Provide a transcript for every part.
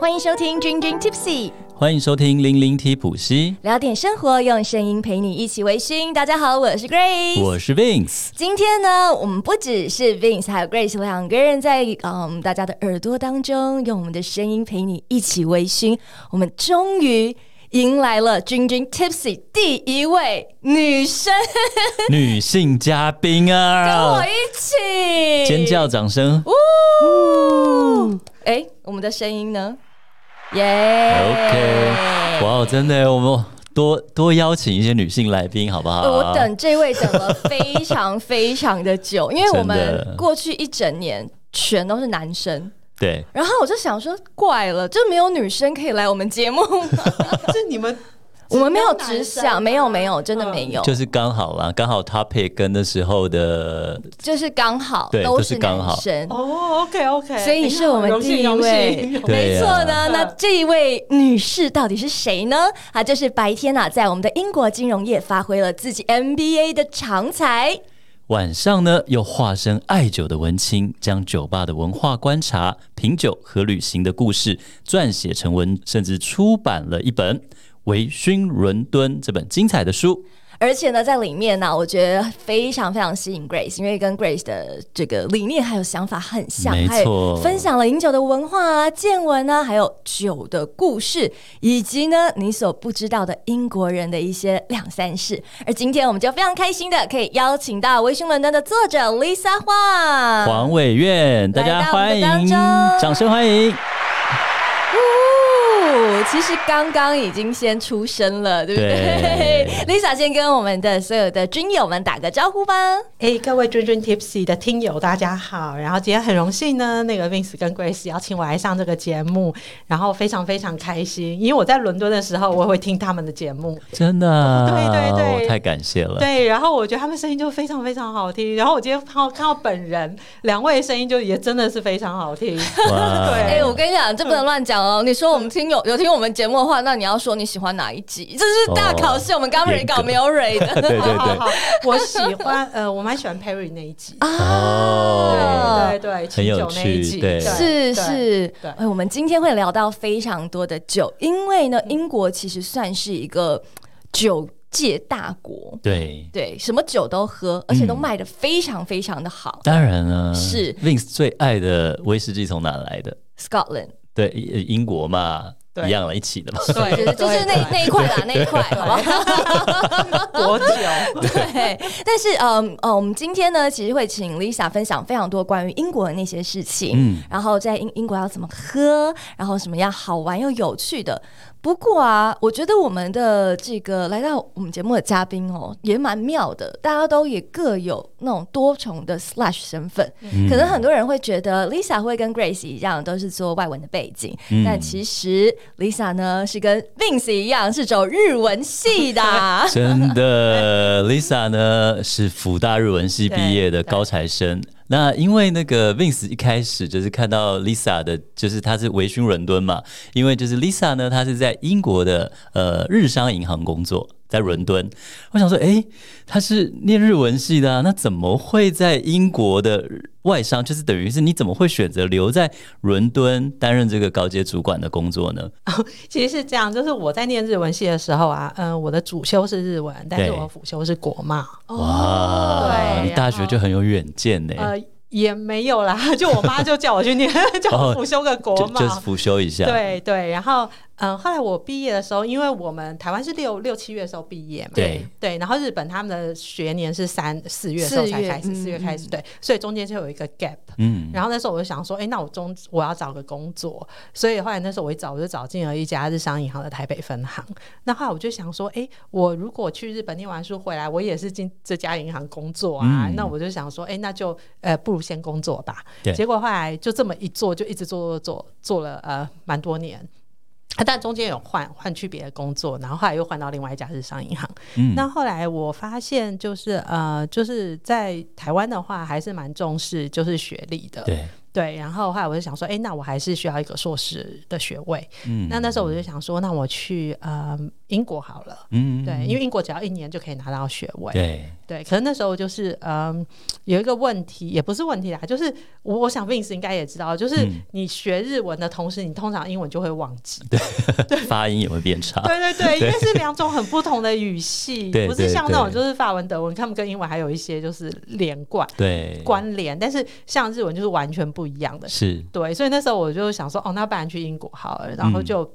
欢迎收听《君君 Tipsy》，欢迎收听零零 T 普西，聊点生活，用声音陪你一起微醺。大家好，我是 Grace，我是 Vince。今天呢，我们不只是 Vince 还有 Grace 两个人在嗯大家的耳朵当中，用我们的声音陪你一起微醺。我们终于迎来了君君 Tipsy 第一位女生女性嘉宾跟我啊，一起尖！叫掌声。呜！哎，我们的声音呢？耶 OK，哇，真的耶，我们多多邀请一些女性来宾，好不好？呃我等这位等了非常非常的久，因为我真们的过去一整年全都是男生，对，然后我就想说，怪了，就没有女生可以来我们节目 吗？ 这你们我们没有男只生想，没有吗没有，真的没有，嗯就是刚好啦，刚好 topic 跟那时候的就是刚好对都就是是男刚好生。哦，OK 哎 OK，所以是我们第一位，没对错啊呢。那这一位女士到底是谁呢？她就是白天啊，在我们的英国金融业发挥了自己 MBA 的长才，晚上呢，又化身爱酒的文青，将酒吧的文化观察、品酒和旅行的故事撰写成文，甚至出版了一本《微醺伦敦》这本精彩的书。而且呢，在里面呢、我觉得非常非常吸引 Grace，因为跟 Grace 的这个理念还有想法很像，没错还有分享了饮酒的文化啊、见闻啊，还有酒的故事，以及呢你所不知道的英国人的一些两三事。而今天我们就非常开心的可以邀请到《微醺伦敦》的作者 Lisa 黄黄伟苑，大呃来家到我欢们的当迎，中掌声欢迎。哦，其实刚刚已经先出声了，对不 对 l i s a 先跟我们的所有的军友们打个招呼吧。 哎，各位君君 Tipsy 的听友，大家好。然后今天很荣幸呢，那个 Vince 跟 Grace 邀请我来上这个节目，然后非常非常开心，因为我在伦敦的时候，我也会听他们的节目，真的啊，对对对我太感谢了。对，然后我觉得他们声音就非常非常好听。然后我今天看到看到本人，两位声音就也真的是非常好 听。 哇对哎、我跟你讲，这不能乱讲哦。你说我们听有有听我们节目的话，那你要说你喜欢哪一集，这是大考试，我们刚蕊严格稿没有蕊的。对对好好 对，好，我喜欢，呃，我蛮喜欢 Perry 那一嗯集。啊哦，对对，很有清酒那一趣集对是对是对，哎，我们今天会聊到非常多的酒，因为呢，英国其实算是一个酒界大国，对，对，什么酒都喝，而且都嗯卖的非常非常的好。当然了，是 Vince 最爱的威士忌从哪来的？ Scotland，对，英英国嘛，对一样了，一起的嘛。就对是就是那那一块 啦，那一块，好不好？国酒，对，但是嗯呃，我们今天呢，其实会请 Lisa 分享非常多关于英国的那些事情，嗯然后在英英国要怎么喝，然后什么样好玩又有趣的。不过啊，我觉得我们的这个来到我们节目的嘉宾哦，也蛮妙的，大家都也各有那种多重的 slash 身份。嗯可能很多人会觉得 Lisa 会跟 Grace 一样，都是做外文的背景，嗯但其实 Lisa 呢是跟 Vince 一样，是走日文系 的。 真的，Lisa 呢是福大日文系毕业的对对高材生。那因为那个 Vince 一开始就是看到 Lisa 的，就是她是维勋伦敦嘛，因为就是 Lisa 呢，她是在英国的呃日商银行工作，在伦敦。我想说，诶，她是念日文系的、啊，那怎么会在英国的外商，就是等于是你怎么会选择留在伦敦担任这个高阶主管的工作呢？其实是这样，就是我在念日文系的时候啊，嗯、我的主修是日文，但是对我辅修是国贸，哇，对你大然学后就很有远见呢、呃，也没有啦， 就我妈就叫 我去念，叫我辅修个国哦就贸。就是辅修一下。对对，然后嗯、呃后来我毕业的时候，因为我们台湾是六六七月的时候毕业嘛，对对，然后日本他们的学年是三四月的时候四才月开始，嗯四月开始，对，所以中间就有一个 gap，嗯，然后那时候我就想说，哎、那我中我要找个工作，所以后来那时候我一找，我就找进了一家日商银行的台北分行。那后来我就想说，哎、我如果去日本念完书回来，我也是进这家银行工作啊。嗯那我就想说，哎、那就呃，不如先工作吧对。结果后来就这么一做，就一直做做做做了呃蛮多年。啊但中间有换换去别的工作，然后后来又换到另外一家日商银行。嗯那后来我发现，就是呃，就是在台湾的话，还是蛮重视就是学历的。对，对，然后后来我就想说，哎，那我还是需要一个硕士的学位。嗯那那时候我就想说，那我去呃英国好了，嗯对，因为英国只要一年就可以拿到学位。对对，可是那时候就是嗯，有一个问题，也不是问题啦，就是我我想 Vince 应该也知道，就是嗯你学日文的同时，你通常英文就会忘记。发音也会变差。对 对对，因为是两种很不同的语系，对不对是像那种对就是法文、德文，他们跟英文还有一些就是连贯对，关联，但是像日文就是完全不一样的。是对，所以那时候我就想说，哦，那不然去英国好了，然后嗯就。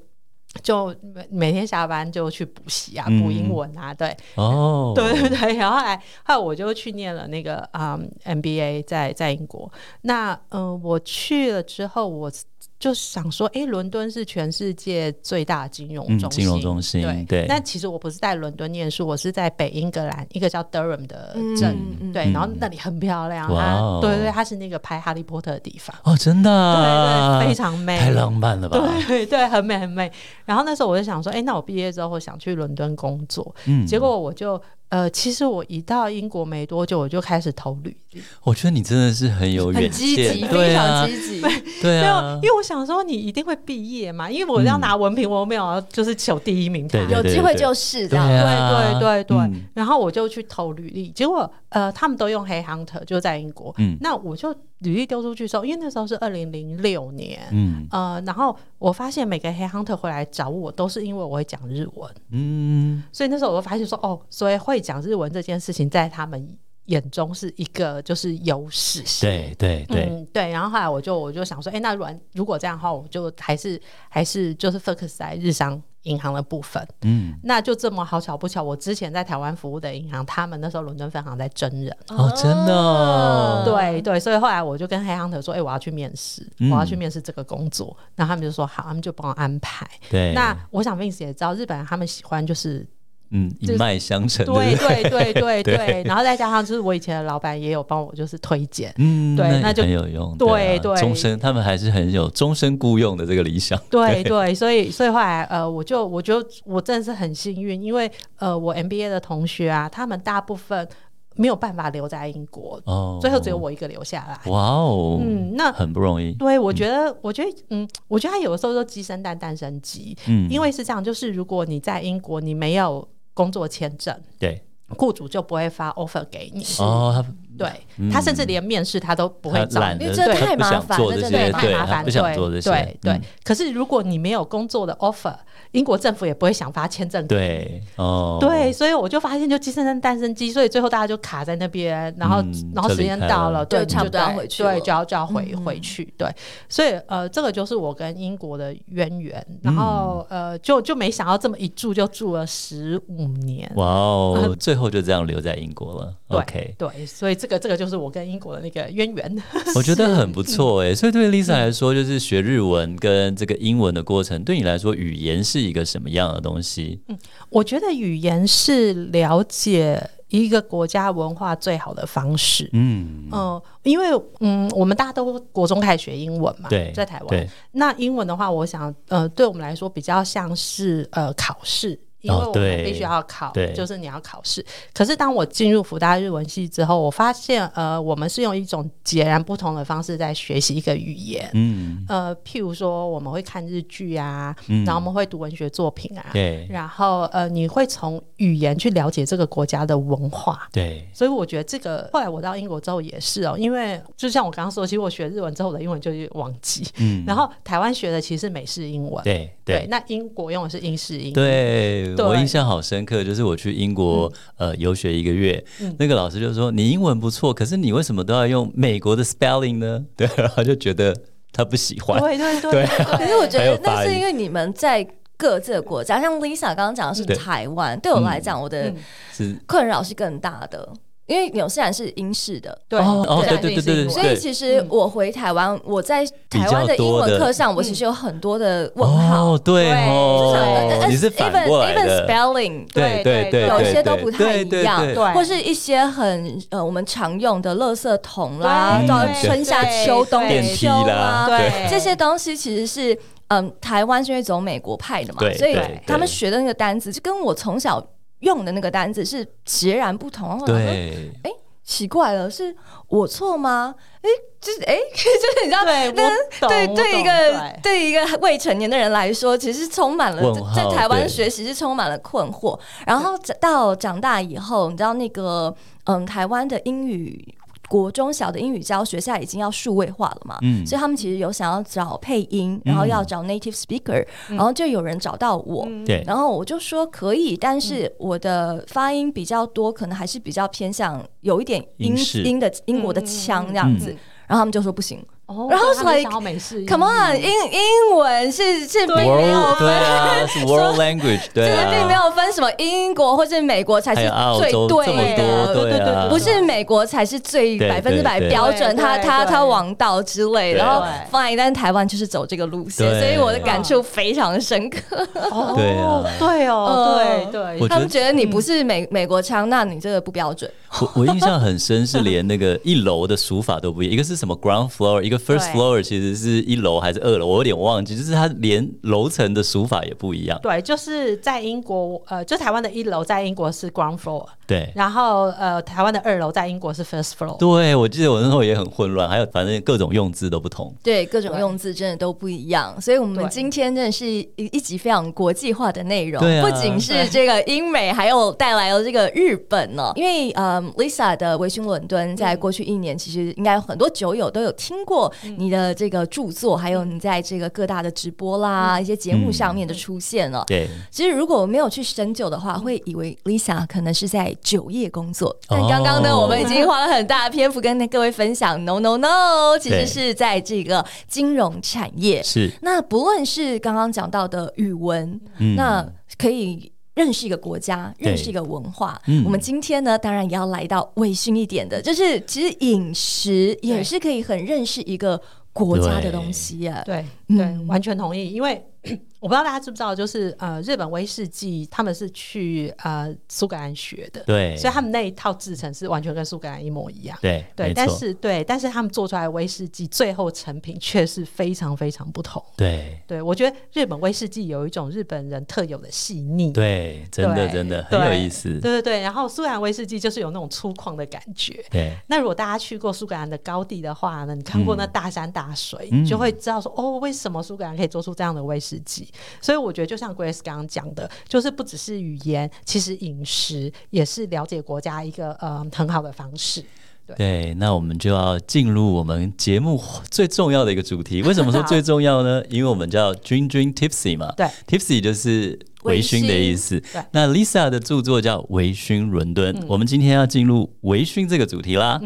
就每每天下班就去补习啊，嗯补英文啊，对，哦，对对对。然后后来后来我就去念了那个嗯 MBA 在在英国。那嗯、呃我去了之后，我就想说，诶，伦敦是全世界最大的金融嗯，中心，金融中心，对，对，那其实我不是在伦敦念书，我是在北英格兰一个叫 Durham 的镇。嗯对，然后那里很漂亮，哇它哦对对，它是那个拍《哈利波特》的地方，哦，真的啊，对对，非常美，太浪漫了吧？对 对，很美很美。然后那时候我就想说，哎，那我毕业之后我想去伦敦工作，嗯，结果我就呃，其实我一到英国没多久，我就开始投履历，我觉得你真的是很有很远积极，见，非对常啊，积极。对对啊嗯因，为我想说你一定会毕业嘛，因为我要拿文凭，我没有要就是求第一名牌，对对有机会就是这对样。啊对对对对嗯然后我就去投履历，结果呃，他们都用黑 hunter，就在英国。嗯那我就履历丢出去的时候，因为那时候是二零零六年，嗯呃，然后我发现每个黑 hunter 回来找我都是因为我会讲日文，嗯，所以那时候我就发现说，哦，所以会讲日文这件事情在他们眼中是一个就是优势。对对对，嗯，对，然后后来我就我就想说，哎，那软如果这样的话，我就还是还是就是 focus 在日商银行的部分。嗯，那就这么好巧不巧，我之前在台湾服务的银行，他们那时候伦敦分行在真人，哦真的嗯哦对啊对，所以后来我就跟黑 hunter 说，哎、我要去面试，嗯我要去面试这个工作，然后他们就说好，他们就帮我安排。对，那我想 Vince 也知道，日本人他们喜欢就是嗯一就是脉相承，对不对对 对对对，然后再加上就是我以前的老板也有帮我就是推 荐，嗯，对那那也就很有用，对啊对终身他们还是很有终身雇佣的这个理 想，对对，所以所以后来呃，我就我觉得我真的是很幸运，因为呃，我 MBA 的同学啊，他们大部分没有办法留在英国，哦，最后只有，我一个留下来。哇哦，嗯，那很不容易，对我觉得，我觉得，嗯，我觉得他有的时候都鸡生蛋，蛋生鸡，嗯，因为是这样，就是如果你在英国你没有工作签证，对，雇主就不会发 offer 给你。哦，他对、嗯他甚至连面试他都不会他找懒你。得，因为这他太不麻想烦做了这真的些，太对，麻他烦，不想做这对些，对对嗯可是如果你没有工作的 offer，英国政府也不会想发签证给你。对，哦，对，所以我就发现，就鸡生蛋，蛋生鸡，所以最后大家就卡在那边，然后、嗯然后就时离间开到了了，对，就差不多要对回去了对，就要就要回、嗯回去，对，所以呃，这个就是我跟英国的渊源，嗯然后、呃，就就没想到这么一住就住了十五年，哇哦，最后就这样留在英国了。嗯对 OK，对，所以这个这个就是我跟英国的那个渊源，我觉得很不错诶。所以 对 Lisa 来说，就是学日文跟这个英文的过程，对你来说，语言是一个什么样的东西？嗯我觉得语言是了解一个国家文化最好的方式，嗯，嗯，因为嗯，我们大家都国中开始学英文嘛，对嗯在台湾对。那英文的话，我想呃，对我们来说比较像是呃考试。因为哦我对们必须要考，对就是你要考试。可是当我进入福大日文系之后，我发现，呃，我们是用一种截然不同的方式在学习一个语言。嗯，呃，譬如说，我们会看日剧啊，嗯然后我们会读文学作品啊，对然后呃，你会从语言去了解这个国家的文化。对，所以我觉得这个后来我到英国之后也是哦，因为就像我刚刚说，其实我学日文之后，我的英文就是忘记。嗯，然后台湾学的其实是美式英文，对对。那英国用的是英式英语，对对我印象好深刻，就是我去英国、嗯呃游学一个月，那个老师就说你英文不错，可是你为什么都要用美国的 spelling 呢？ 对，然后就觉得他不喜欢，对对对对可是我哦觉还有得那发是音因为你们在各自的国家，像 Lisa 刚刚讲的是对台湾，对我来讲，我的嗯是困扰是更大的，因为纽西兰是英式的。对哦哦对对对对对所以其实我回台湾，我在台湾的英文课上，我其实有很多的问号。 哦，对哦，就是你是反呃 even 过来 even 的 spelling，对对对，有对一些都不太一样，对对对对或是一些很呃我们常用的垃圾桶啦对，到嗯春夏秋冬电秋梯啦，啊，对这些东西其实是。嗯，台湾是因为走美国派的嘛对，所以对他们对学的那个单字就跟我从小用的那个单字是嗯截然不同。然后我想说对，奇怪了，是我错吗？诶，就是哎，就是你知道，对那我懂对我对一懂个对对一个未成年的人来说，其实充满了问在号在台湾对学习是充满了困惑。然后长到长大以后，你知道那个嗯，台湾的英语。国中小的英语教学现在已经要数位化了嘛，嗯所以他们其实有想要找配音，然后要找 native speaker，、然嗯后就有人找到我，对，然后我就说可以，但嗯是我的发音比较多，可能还是比较偏向有一点英英式英的英国的腔这样子。嗯然后他们就说不行、哦然后他们 like，想要美式 c o m e on，英英文是是并没有嗯 world 对分，啊，是 world language 就对是并没啊，有分什么英国或是美国才是还有澳最洲这么对的，多，对对啊，对不是美国才是最对百分之百对对标准，对他对他对他王道之类的，对然后对 fine，但是台湾就是走这个路线，对所以我的感触非常深刻。哦对啊对哦，嗯对对，我觉他得们觉得你嗯不是美美国腔，那你这个不标准。我我印象很深，是连那个一楼的数法都不一样，一个是什么 ground floor，一个 first 对 floor，其实是一楼还是二楼，我有点忘记，就是它连楼层的数法也不一样。对，就是在英国，呃，就台湾的一楼在英国是 ground floor，对，然后呃，台湾的二楼在英国是 first floor。对我记得我那时候也很混乱，还有反正各种用字都不同。对，各种对用字真的都不一样，所以我们对今天真的是一一集非常国际化的内容，对啊不仅是对这个英美，还有带来了这个日本呢、嗯因为呃，Lisa 的《微醺伦敦》在过去一年，其实应该有很多酒友都有听过你的这个著作，还有你在这个各大的直播啦、一些节目上面的出现了。对，其实如果我没有去深究的话，嗯会以为 Lisa 可能是在酒业工作。但刚刚呢，哦我们已经花了很大的篇幅跟各位分享，no no no，其实是在这个金融产业。是，那不论是刚刚讲到的语文，嗯，那可以。认识一个国家，对认识一个文化。嗯我们今天呢，当然也要来到微醺一点的，就是其实饮食也对是可以很认识一个国家的对东西耶。对嗯对，完全同意。因为 我不知道大家知不知道，就是呃，日本威士忌他们是去呃苏格兰学的，对，所以他们那一套制成是完全跟苏格兰一模一样。对对，没但错，是对，但是他们做出来的威士忌最后成品却是非常非常不同。对对我觉得日本威士忌有一种日本人特有的细腻，对，真的对真的很对有意思。对对对，然后苏格兰威士忌就是有那种粗犷的感觉。对，那如果大家去过苏格兰的高地的话呢，你看过那大山大水，嗯你就会知道说哦，为什么苏格兰可以做出这样的威士忌？所以我觉得，就像 Grace 刚刚讲的，就是不只是语言，其实饮食也是了解国家一个呃很好的方式。对，那我们就要进入我们节目最重要的一个主 题。为什么说最重要呢？因为我们叫 “dream dream tipsy” 嘛，对，tipsy 就是微醺的意思对。嗯那 Lisa 的著作叫《微醺伦敦》，我们今天要进入微醺这个主题啦。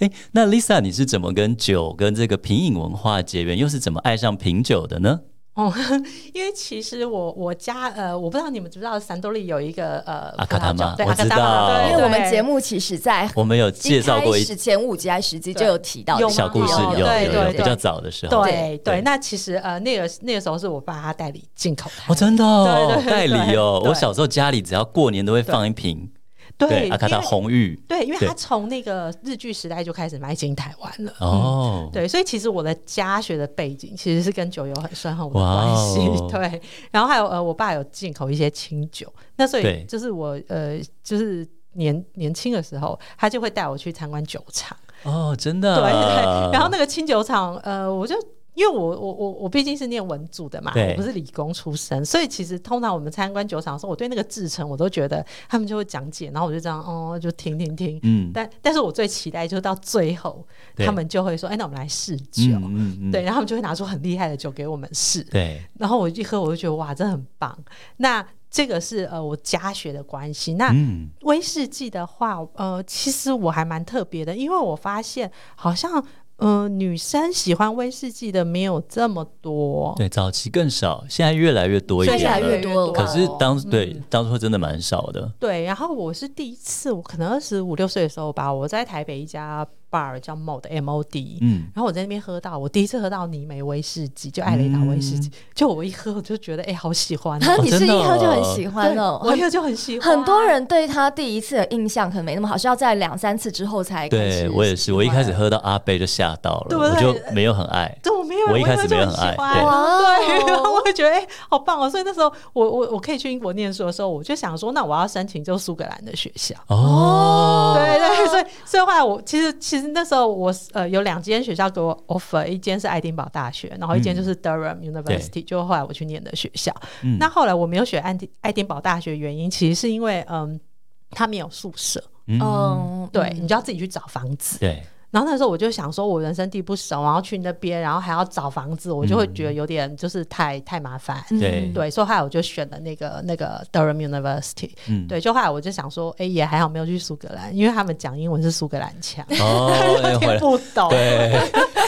哎、那 Lisa 你是怎么跟酒跟这个品饮文化结缘，又是怎么爱上品酒的呢？哦， 因为其实我我家呃，我不知道你们知不知道，三多利有一个呃阿卡达玛葡萄酒对我阿知卡达玛道对，因为我们对节目其实，在我们有介绍过一一开始前五集还是十集就对有提到有这小个故事，哦有对有有对比较早的时候，对对对，那其实呃，那个那个时候是我爸他代理进口台哦，真的哦，对对代对理哦，对我小时候家里只要过年都会放一瓶。对，阿卡因达为啊红玉对，因为对他从那个日剧时代就开始买进台湾了。哦，对，所以其实我的家学的背景其实是跟酒有很深厚的哇关系。 哦对，然后还有呃，我爸有进口一些清酒，那所对以就是我呃，就是年年轻的时候，他就会带我去参观酒厂。哦，真的对 啊，对，然后那个清酒厂，呃，我就。因为我我我我毕竟是念文组的嘛，对我不是理工出身，所以其实通常我们参观酒厂的时候，我对那个制成我都觉得他们就会讲解，然后我就这样哦，就听听听。嗯，但但是我最期待就是到最后，对他们就会说，哎，那我们来试酒，嗯嗯嗯，对，然后他们就会拿出很厉害的酒给我们 试，对然后我一喝我就觉得哇，真的很棒。那这个是呃我家学的关系，那嗯，威士忌的话，呃，其实我还蛮特别的，因为我发现好像，呃，女生喜欢威士忌的没有这么多。对，早期更少，现在越来越多一现在点越来了越多了 可是哦当嗯对当初真的蛮少的，对，然后我是第一次，我可能二十五六岁的时候吧，我在台北一家 bar 叫 MOD M O D，、嗯，然后我在那边喝到，我第一次喝到泥梅威士忌，就艾雷达威士忌，嗯就我一喝我就觉得，哎、好喜欢、然后哦，你是真一的哦喝就很喜欢哦，我一很喝就很喜欢，很多。人对他第一次的印象可能没那么好，是要在两三次之后才开始对我也是，我一开始喝到阿贝就吓到了，对不我对就没有很爱，对，我没有因为我一开始就没有很很喜爱欢对啊对，哇哦然后我就觉得哎、好棒哦！所以那时候我我我可以去英国念书的时候，我就想说，那我要申请就苏格兰的学校。嗯哦，对对，所以所以后来我其实其实那时候我呃有两间学校给我 offer，一间是爱丁堡大学，然后一间就是 Durham University，、就后来我去念的学校。嗯那后来我没有选爱丁爱丁堡大学，原因其实是因为嗯，他没有宿舍，嗯，哦嗯，对， 你就要自己去找房子。对，然后那时候我就想说，我人生地不熟，然后去那边，然后还要找房子，我就会觉得有点就是太、太麻烦。嗯对对，所以后来我就选了那个那个 Durham University。嗯，对，就后来我就想说，哎、也还好没有去苏格兰，因为他们讲英文是苏格兰 腔，哦，又回听 来，不懂。对，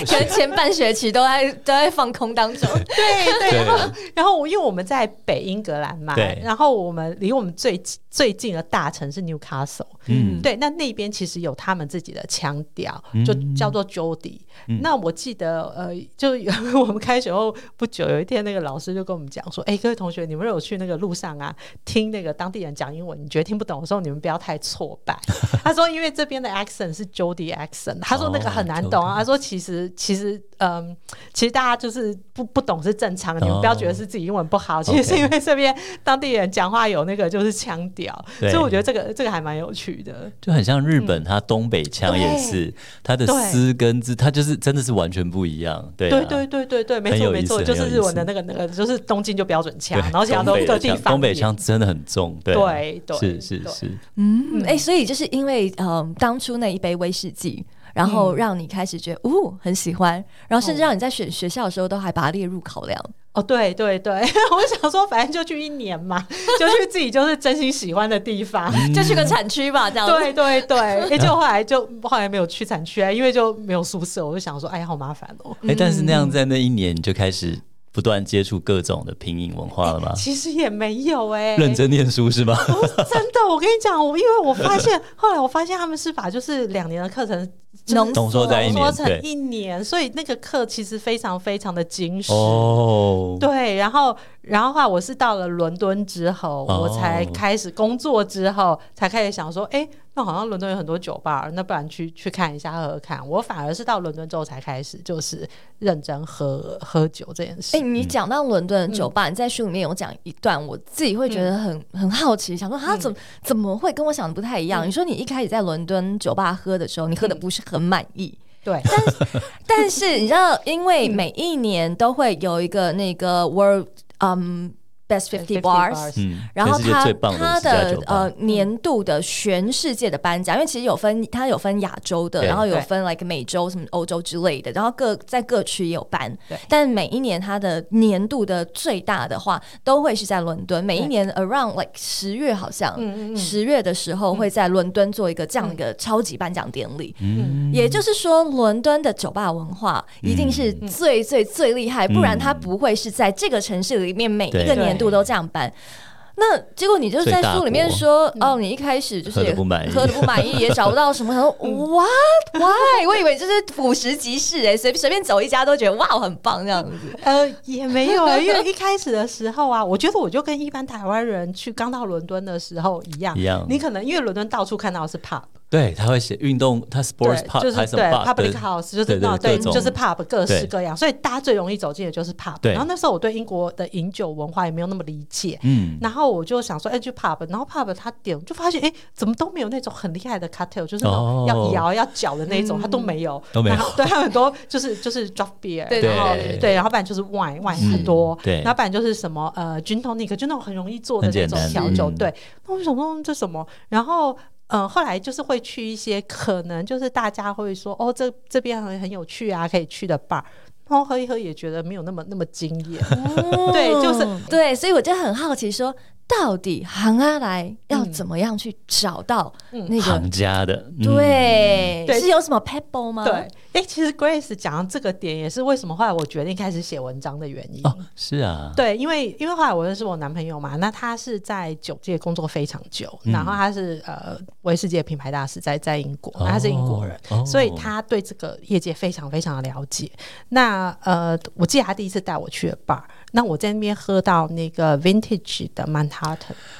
可能前半学期都在 都在放空当中，对对。对然后然后我因为我们在北英格兰嘛对，然后我们离我们最最近的大城市 Newcastle，嗯，对，那那边其实有他们自己的腔调，嗯就叫做 Jody、嗯那我记得，呃，就有 我们开学后不久，有一天那个老师就跟我们讲说，哎、各位同学，你们如果有去那个路上啊，听那个当地人讲英文，你觉得听不懂的时候，你们不要太挫 败。他说，因为这边的 accent 是 Jody accent，他说那个很难懂哦啊。他说，其实其实，嗯，其实大家就是不不懂是正常的，你们不要觉得是自己英文不好，其实是哦 OK 因为这边当地人讲话有那个就是腔调，所对以我觉得这个这个还蛮有趣的。就很像日本，它东北腔也是，它的嗯对丝跟字，它就是真的是完全不一样，对啊对对对对对，没很错有没意错，思就很有是日意文的思那个那个，就是东京就标准腔对，，啊然后其他东都北各的地腔方东北言腔真的很重，对对对是是对是，嗯，哎、所以就是因为嗯、呃当初那一杯威士忌，然后让你开始觉得哦很喜欢，然后甚至让你在选学校的时候都还把它列入考量。哦，对对 对，我想说反正就去一年嘛， 就去自己就是真心喜欢的地方。嗯就去个产区吧，这样子。对对对，哎、结果后来就后来没有去产区啊，因为就没有宿舍，我就想说，哎，好麻烦哦。哎、但是那样在那一年你就开始不断接触各种的拼音文化了吗？其实也没有哎、认真念书是吗？真的，我跟你讲，我因为我发现 后来我发现他们是把就是两年的课程就是浓浓缩在一年浓缩哦对成一年，所以那个课其实非常非常的精实。哦，对，然后，然后的话，我是到了伦敦之后，哦我才开始工作之后，才开始想说，哎，那好像伦敦有很多酒吧，那不然去去看一下喝喝看。我反而是到伦敦之后才开始，就是认真喝喝酒这件事。哎、你讲到伦敦的酒吧，你在书里面有讲一段，我自己会觉得很、很好奇，想说他怎么、怎么会跟我想的不太一样？嗯你说你一开始在伦敦酒吧喝的时候，你喝的不是很满意，对，但是你知道，因为每一年都会有一个那个 World 嗯、Best Fifty Bars，嗯，然后全世界他最棒他五十家酒吧嗯呃，年度的全世界的颁奖，因为其实有分，它有分亚洲的，对然后有对分 like 美洲什么欧洲之类的，然后各在各区也有颁对，但每一年它的年度的最大的话都会是在伦敦，每一对年 around like 十月好像。嗯嗯嗯，十月的时候会在伦敦做一个这样一个超级颁奖典礼，嗯，也就是说，伦敦的酒吧文化一定是嗯最最最厉害，不然它不会是在这个城市里面每一个对年度都这样办。那结果你就是在书里面说，哦，你一开始就是喝得不满意喝得不满意，也找不到什么， 然后 what why？我以为这是朴实即事哎，随随便走一家都觉得哇很棒这样子。呃，也没有啊，因为一开始的时候啊，我觉得我就跟一般台湾人去刚到伦敦的时候一样，一样你可能因为伦敦到处看到的是 pub，对，他会写运动，他 sports 对， pub 就是还对是什么 pub， public 对 house，就对是那对对，各种就是 pub 各对式各样，所以大家最容易走进的就是 pub。对然后那时候我对英国的饮酒文化也没有那么理解，嗯，然后我就想说，哎、去 pub，然后 pub 他点就发现，哎、怎么都没有那种很厉害的 cocktail，就是那哦嗯种要摇、要搅的那种，他都没有，都没有然后对，他很多就是就是 drop beer，对然后对对，然后不然就是 wine，wine 很多，嗯对然后不然就是什么呃 gin tonic，就那种很容易做的很那简种单调酒，嗯对。那我想说嗯这什么，然后。嗯，后来就是会去一些可能就是大家会说哦，这这边很很有趣啊，可以去的 bar，然后喝一喝也觉得没有那么那么惊艳，对就是哦嗯对，所以我就很好奇说，到底行阿来嗯要怎么样去找到那个行家的，嗯，对，对是有什么 pebble 吗？对，哎、其实 Grace 讲到这个点，也是为什么后来我决定开始写文章的原因。哦，是啊，对，因为因为后来我认识我男朋友嘛，那他是在酒界工作非常久，嗯然后他是呃威士忌的品牌大使在，在英国，哦那他是英国人，哦所以他对这个业界非常非常的了解。那呃，我记得他第一次带我去的 bar，那我在那边喝到那个 vintage 的嗯哦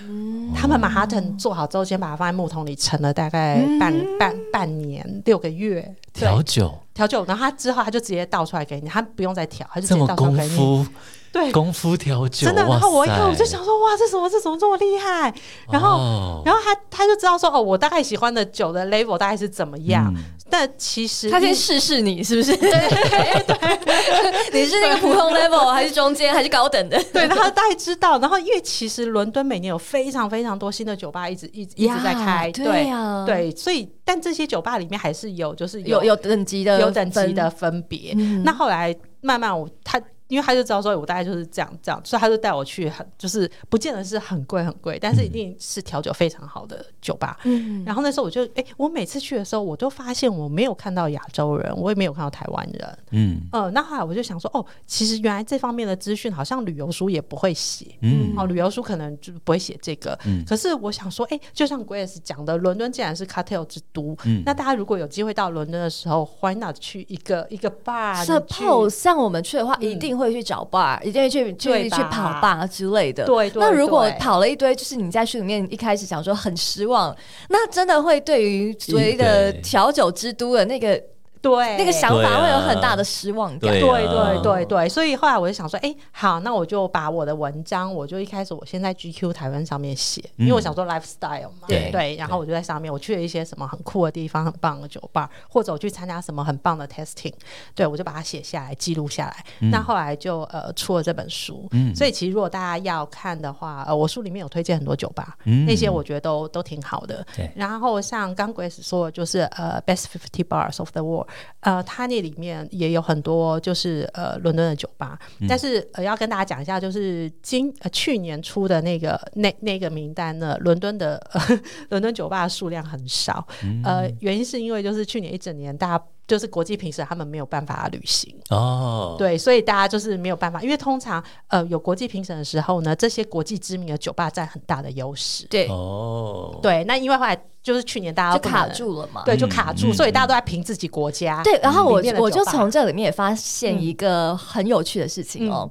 嗯 Manhattan，、他们 Manhattan 做好之后，先把它放在木桶里盛了大概半、半半年六个月对调酒调酒，然后他之后他就直接倒出来给你，他不用再调，他就直这接么倒出功来给你。夫，对，功夫调酒，真的。然后我一看哇塞我就想，说，哇，这什么这怎么这么厉害？然后、哦然后他他就知道说，哦，我大概喜欢的酒的 level 大概是怎么样。嗯但其实他一 先试试你是不是？对 对，你是那个普通 level 还是中间还是高等的？对，然后大概知道，然后因为其实伦敦每年有非常非常多新的酒吧一直一直一直在开，对呀，，对，所以但这些酒吧里面还是有就是有有有等级的，有等级的，分别。嗯那后来慢慢我他。因为他就知道说，我大概就是这样这样，所以他就带我去很，就是不见得是很贵很贵，但是一定是调酒非常好的酒吧。嗯，然后那时候我就，哎、我每次去的时候，我都发现我没有看到亚洲人，我也没有看到台湾人，嗯呃，那后来我就想说，哦，其实原来这方面的资讯好像旅游书也不会写。嗯哦，旅游书可能就不会写这个，嗯可是我想说，哎、就像 Grace 讲的，伦敦既然是 cartel 之都，嗯那大家如果有机会到伦敦的时候，why not 去一个一个 bar？你去 suppose 像我们去的话，嗯一定会去找 bar，一定会去去对去吧跑 bar 之类的。对对那如果对跑了一堆，就是你在书里面一开始讲说很失望，那真的会对于所谓的对调酒之都的那个对那个想对法啊会有很大的失望感。对对啊对对对，所以后来我就想说，哎、好，那我就把我的文章，我就一开始我先在 GQ 台湾上面写，因为我想说 lifestyle 嘛，嗯对然后我就在上面，我去了一些什么很酷的地方、很棒的酒吧，或者我去参加什么很棒的 testing，对我就把它写下来、记录下来。嗯那后来就呃出了这本书，所以其实如果大家要看的话，呃，我书里面有推荐很多酒吧，嗯那些我觉得都都挺好的对。然后像刚 Grace 说，的，就是呃 Best Fifty Bars of the World，呃，它那里面也有很多就是呃伦敦的酒吧，嗯但是呃要跟大家讲一下，就是今呃去年出的那个那那个名单呢，伦敦的、呃、 伦敦酒吧的数量很少，呃，原因是因为就是去年一整年大家。就是国际评审他们没有办法旅行，哦，对，所以大家就是没有办法，因为通常呃有国际评审的时候呢，这些国际知名的酒吧占很大的优势。对，哦，对，那因为后来就是去年大就家不卡能，住了嘛。对，就卡住，嗯所以大家都在评自己国家。对，然后我嗯里面的我酒就吧嗯从这里面也发现一个很有趣的事情哦。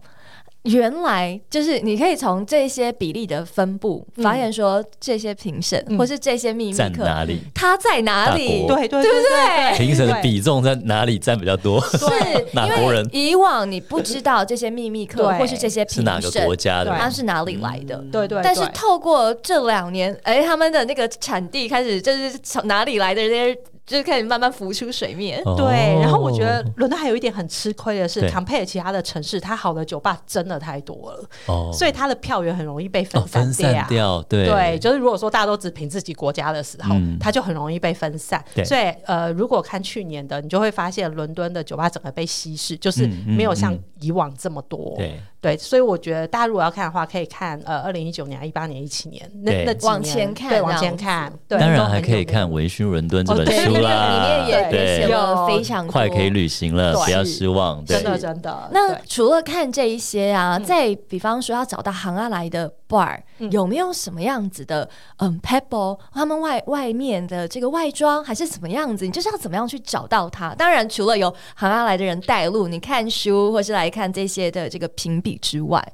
原来就是你可以从这些比例的分布发现说这些评审、嗯或是这些秘密在客哪里？他在哪里？大对对对不对评审的对比重在哪里占比较多？ 是哪因国为人以往你不知道这些秘密客对或是这些是评哪个审国家对的？他是哪里来的。对对，但是对透过这两年，哎，他们的那个产地开始就是从哪里来的这些，就是开始慢慢浮出水面。哦对，然后我觉得伦敦还有一点很吃亏的是对，compare 其他的城市，它好的酒吧真的太多了，哦所以它的票源很容易被哦分散分散掉，对对，就是如果说大家都只凭自己国家的时候，嗯它就很容易被分散。对所以呃，如果看去年的，你就会发现伦敦的酒吧整个被稀释，就是嗯嗯没有像嗯以往这么多。对对所以我觉得大家如果要看的话，可以看呃二零一九年、一八年、一七年那对那几往年前看对，这往样前子看。对，当都然很还可以有名看《维勋伦敦》这本哦对书那个啦，里面也也写对，了非常多，快可以旅行了，对不要失望，对真，的真的。那对嗯除了看这一些啊，再比方说要找到行阿来的 bar，、有没有什么样子的嗯 pebble，他们外外面的这个外装还是怎么样子？你就是要怎么样去找到它？当然，除了有行阿来的人带路，你看书或是来看这些的这个评比之外，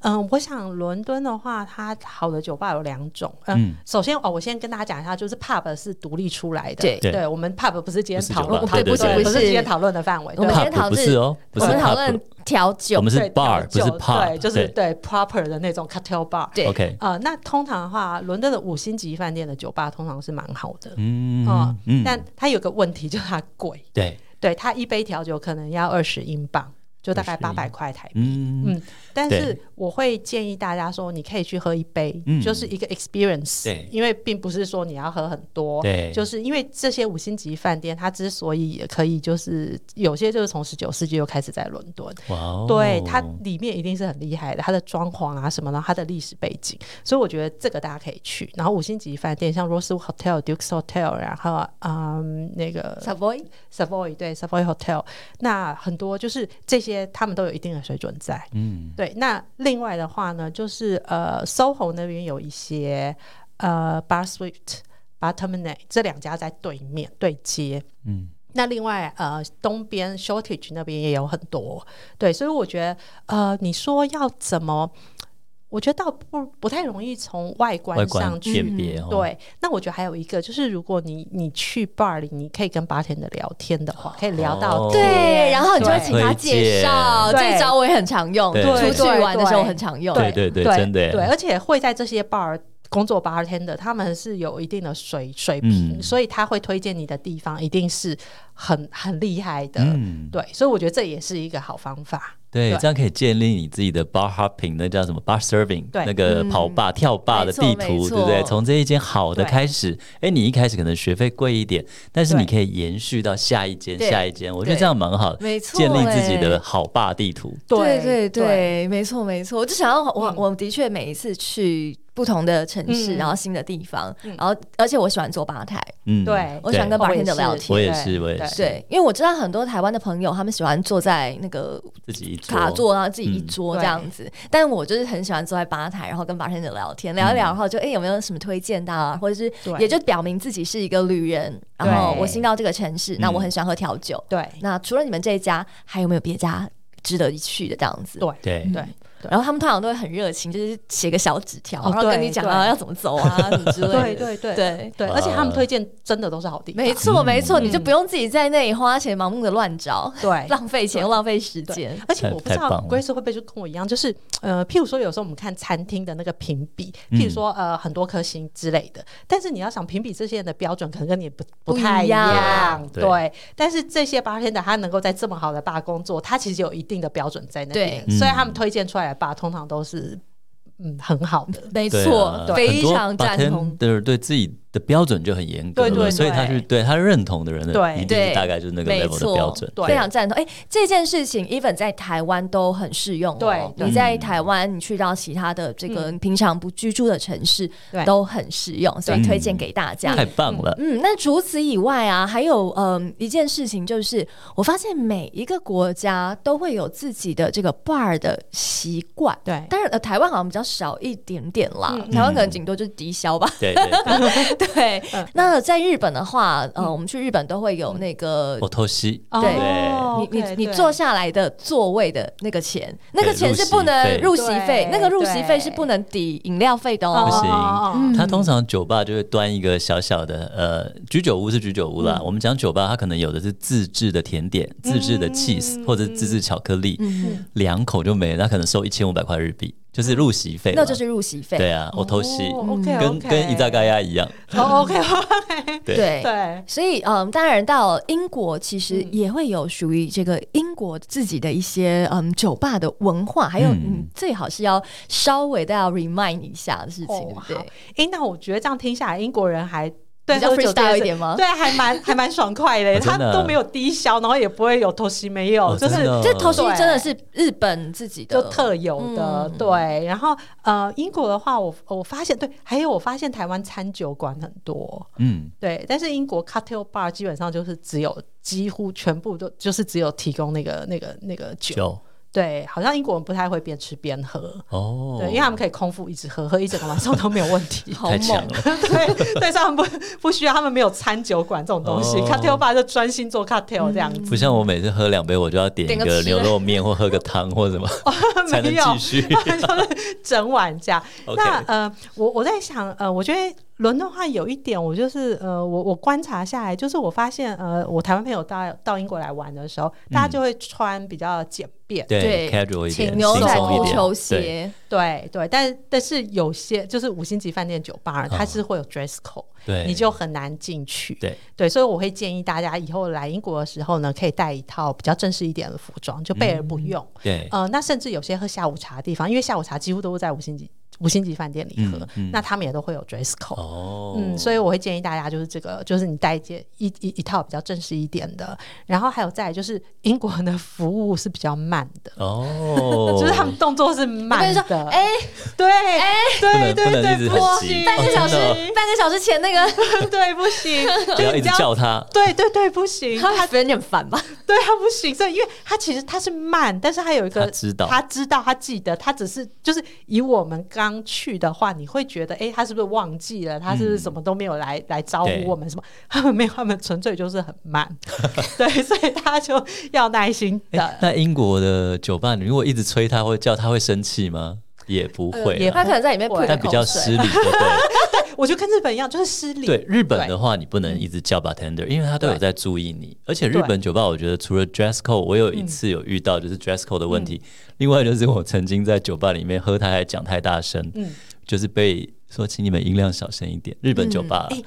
嗯，我想伦敦的话，它好的酒吧有两种。嗯，嗯首先哦，我先跟大家讲一下，就是 pub 是独立出来的。对对我们 pub 不是今天不是讨论酒吧，对不对对不对是今天讨论的范围。我们对今天讨 pub 不论是哦，不我是们讨 pub，论调酒我们是对 bar 不调是酒 pub，对，就是对 proper 的那种 cocktail bar。对 OK，呃，那通常的话，伦敦的五星级饭店的酒吧通常是蛮好的，嗯嗯嗯，但它有个问题就是它贵，对，对，它一杯调酒可能要二十英镑，就大概20八百块台币。嗯嗯，但对是我会建议大家说，你可以去喝一杯，嗯就是一个 experience，对因为并不是说你要喝很多，对就是因为这些五星级饭店，它之所以也可以，就是有些就是从十九世纪就开始在伦敦，哇哦，对它里面一定是很厉害的，它的装潢啊什么，然后它的历史背景，所以我觉得这个大家可以去。然后五星级饭店像 Rosewood Hotel、Duke's Hotel，然后嗯那个 Savoy Savoy 对 Savoy Hotel，那很多就是这些他们都有一定的水准在。嗯对，那另外的话呢，就是呃，SOHO 那边有一些呃 Bar Suite、Bar Terminate 这两家在对面对接。嗯，那另外呃，东边 Shortage 那边也有很多，对，所以我觉得呃，你说要怎么？我觉得倒不不太容易从外外观观上去辨别哦，对，那我觉得还有一个就是，如果你你去 bar 里，你可以跟 bartender 聊天的话，可以聊到哦天对，然后你就会对请他介绍，推荐这招我也很常用，对出去对玩的时候对很常用。对对对真的耶对，而且会在这些 bar 工作 bartender，他们是有一定的水水平，嗯所以他会推荐你的地方一定是很很厉害的。嗯，对，所以我觉得这也是一个好方法。对，对这样可以建立你自己的 bar hopping，那叫什么 bar serving，对那个嗯跑吧、跳吧的地没图，错对不对没？错从这一间好的对开始，哎，你一开始可能学费贵一点，但是对你可以延续到下一间、对下一间，我觉得对这样蛮好的，没错，建立自己哎的好吧地图。对对对对，没错没错，我就想要我、嗯我的确每一次去不同的城市，嗯然后新的地方，嗯然后而且我喜欢坐吧台，嗯，对我喜欢跟我也 bartender 是聊我天。也对是，我也对是，对，因为我知道很多台湾的朋友，他们喜欢坐在那个自己一桌卡座，然后自己一嗯桌对这样子。但我就是很喜欢坐在吧台，然后跟 bartender 聊天，聊一嗯聊，然后就哎、诶有没有什么推荐的、啊，或者是对也就表明自己是一个旅人，然后我新到这个城市，那我很喜欢喝调酒。对那除了你们这一家，还有没有别家值得一去的这样子？对嗯对，对对然后他们通常都会很热情，就是写个小纸条，哦然后跟你对讲啊对要怎么走 啊，什么之类的。对对对对对，啊而且他们推荐真的都是好地方。没错没错，嗯你就不用自己在那里花钱盲目的乱找，对， 浪费钱又浪费时间。而且我不知太太道棒了 Grace 会不会就跟我一样，就是呃，譬如说有时候我们看餐厅的那个评比，嗯譬如说呃很多颗星之类的，但是你要想评比这些人的标准可能跟你不不不太一一样样，对对。但是这些八天的他能够在这么好的吧工作，他其实有一定的标准在那边，对所以嗯他们推荐出来的吧通常都是嗯很好的，没对错啊，非常赞同。对对自己的标准就很严格了，对对所以他是对对他认同的人，对一定对是大概就是那个没 level 的错标准，对非常赞同。哎、这件事情 even 在台湾都很适用、哦。对对你嗯在台湾，你去到其他的这个嗯你平常不居住的城市，对都很适用，所以对推荐给大家。太棒了，嗯，那除此以外啊，还有嗯一件事情，就是我发现每一个国家都会有自己的这个 bar 的习惯。对当然，呃，台湾好像比较少一点点啦，嗯台湾可能顶多就是低消 吧。对对对，对嗯，那在日本的话，呃，我们去日本都会有那个我偷袭，对哦你你 OK，你对坐下来的座位的那个钱，那个钱是不能入入席席费费，对那个入席费是不能抵饮料费的哦不哦。行哦哦嗯他通常酒吧就会端一个小小的呃居酒屋是居酒屋啦，嗯我们讲酒吧，它可能有的是自制的甜点、自制的 cheese 或者自制巧克力，嗯，两口就没了，他可能收一千五百块日币，就是入席费啦，那就是入席费。对啊，我偷袭，哦，OK，跟 OK 跟伊扎嘎亚一样，哦 OK OK 对对对所以，嗯，当然到英国其实嗯也会有属于这个英国自己的一些嗯酒吧的文化，还有嗯你最好是要稍微的要 remind 一下的事情，哦对不对好？哎，那我觉得这样听下来，英国人还对比较喝酒这件 freestyle 事一点吗对，还蛮还蛮爽快的， 哦真他的都没有低消，然后也不会有头息没有，哦就是真的哦这头绪对真的是日本自己的就特有的。嗯对，然后呃，英国的话，我我发现对，还有我发现台湾餐酒馆很多，嗯，对，但是英国 cocktail bar 基本上就是只有几乎全部都就是只有提供那个那个那个酒，酒对，好像英国人不太会边吃边喝。哦，对，因为他们可以空腹一直喝，喝一整个晚上都没有问 题。好太强猛了。对，对，所以他们不 不需要，他们没有餐酒馆这种东西、哦 c o c k t a i l bar 就专心做 cocktail 这样子，不像我每次喝两杯，我就要点一点个个吃哦牛肉面或喝个汤或什么 才能没有 继续。 就是整晚这样。嗯 OK 那呃，我我在想，呃，我觉得伦敦话有一点，我就是呃，我我观察下来，就是我发现，呃，我台湾朋友到到英国来玩的时候，大家就会穿比较简便，嗯对对，casual 一请点，轻牛仔松一裤、点，球对，鞋，对对，但但是有些就是五星级饭店酒哦吧，它是会有 dress code，、对，你就很难进去。对对，所以我会建议大家以后来英国的时候呢，可以带一套比较正式一点的服装，就备而不嗯用。对，呃，那甚至有些喝下午茶的地方，因为下午茶几乎都是在五星级五星级饭店里喝，嗯嗯那他们也都会有 dress code。哦，嗯，所以我会建议大家就是这个，就是你带一件一一一套比较正式一点的，然后还有再来就是英国人的服务是比较慢的，哦， 就是他们动作是慢你的，说哎，对，对不能不对能一直对，很不急行，半个小时哦真的哦，半个小时前那个对不 行，不就要是一你直要叫他，对对对，不行，他还有点烦吧？对他不行，所以因为他其实他是慢，但是他有一个他知道他知道，他记得，他只是就是以我们刚去的话，你会觉得，哎、他是不是忘记了？他是不是什么都没有来、来招嗯对呼我们什么？ 他们没有，他们纯粹就是很慢， 对，所以他就要耐心诶的。那英国的酒吧，你如果一直催他或叫他会生气吗？也不会呃也啦，他可能在里面会喷但比较口水失礼，对不对？我就跟日本一样，就是失礼。 对日本的话，你不能一直叫 bartender，因为他都有在注意你。而且日本酒吧，我觉得除了 dress code，我有一次有遇到就是嗯 dress code 的问题。另外就是我曾经在酒吧里面喝，他还讲太大声，嗯就是被说请你们音量小声一点。日本酒吧，哎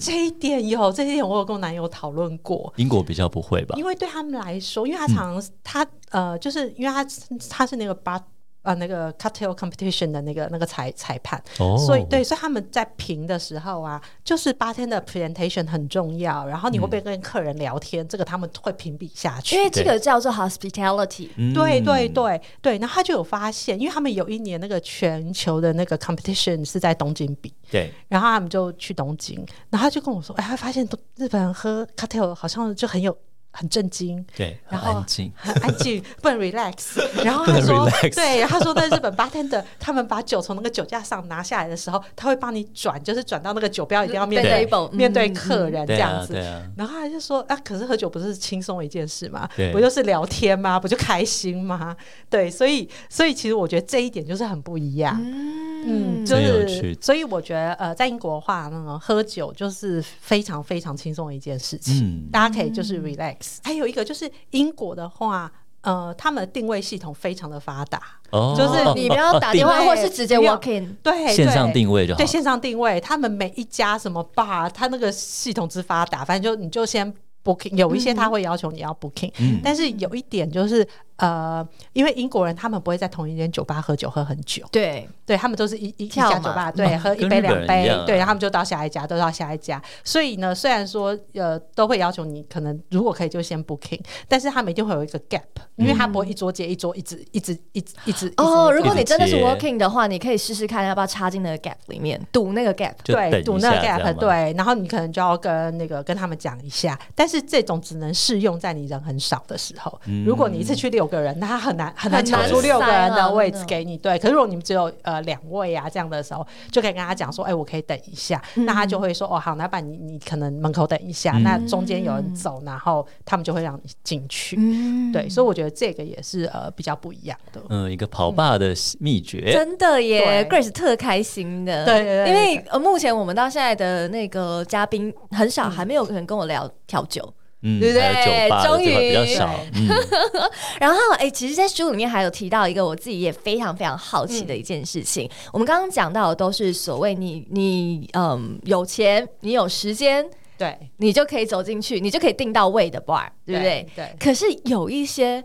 这一点有，这一点我有跟我男友讨论过。英国比较不会吧？嗯因为对他们来说，因为他常、他呃，就是因为他他是那个 bar 呃那个 cocktail competition 的那个那个裁裁判，哦所以对，所以他们在评的时候啊，就是 bartender presentation 很重要，然后你会不会跟客人聊天，这个他们会评比下去因。为这对个叫做 hospitality，嗯对对对对，然后他就有发现，因为他们有一年那个全球的那个 competition 是在东京比，对，然后他们就去东京，然后他就跟我说，哎，他发现都日本人喝 cocktail 好像就很有很震惊，对然很后安静很安静，不 能 relax。然后不他能说 relax，对，然后他说在日本 bartender 他们把酒从那个酒架上拿下来的时候，他会帮你转，就是转到那个酒标一定要面对对 label，面对嗯客人这对样啊子对。啊，然后他就说啊，可是喝酒不是轻松的一件事吗对？不就是聊天吗？不就开心吗？对，所以所以其实我觉得这一点就是很不一样。啊嗯，就真有是趣所以我觉得呃，在英国的话呢，喝酒就是非常非常轻松的一件事情，嗯大家可以就是 relax。还有一个就是英国的话。呃，他们的定位系统非常的发达，哦就是你不要打电定话，对或是直接不要 walk in。对，线上对定位就好对。线上定位，他们每一家什么 bar，他那个系统之发达，反正就你就先 booking，有一些他会要求你要 booking，、嗯但是有一点就是呃，因为英国人他们不会在同一间酒吧喝酒喝很久，对，对他们都是一一一跳家嘛酒吧，对，喝一跟杯日本两人一杯样啊，对，他们就到下一家，都到下一家。所以呢，虽然说呃都会要求你可能如果可以就先 booking，但是他们一定会有一个 gap，因为他不会嗯一桌接一桌，一直一直一直一直一直哦，一直如果你真的是接 walking 的话，你可以试试看要不要插进那个 gap 里面，堵那个 gap。就等对，一堵那个下这样 gap，吗对，然后你可能就要跟那个跟他们讲一下，但是这种只能适用在你人很少的时候。嗯如果你一次去六个人，那他很难很难很抢难出六个塞人啦的位真的置给你。对，可是如果你们只有呃两位啊这样的时候，就可以跟他讲说，哎，我可以等一下，嗯那他就会说，哦，好，那不然你你可能门口等一下，嗯那中间有人走，然后他们就会让你进去。嗯，对，所以我觉得这个也是呃比较不一样的。嗯，一个跑吧的秘诀，真的耶对，Grace 特开心的。对对对因为呃，目前我们到现在的那个嘉宾很少，还没有人跟我聊调酒。嗯，对不对还有酒吧的终于地方比较少，嗯， 然后，哎、其实，在书里面还有提到一个我自己也非常非常好奇的一件事情。我们刚刚讲到的都是所谓你你嗯有钱，你有时间，对，你就可以走进去，你就可以订到位的 bar，对不对？对可是有一些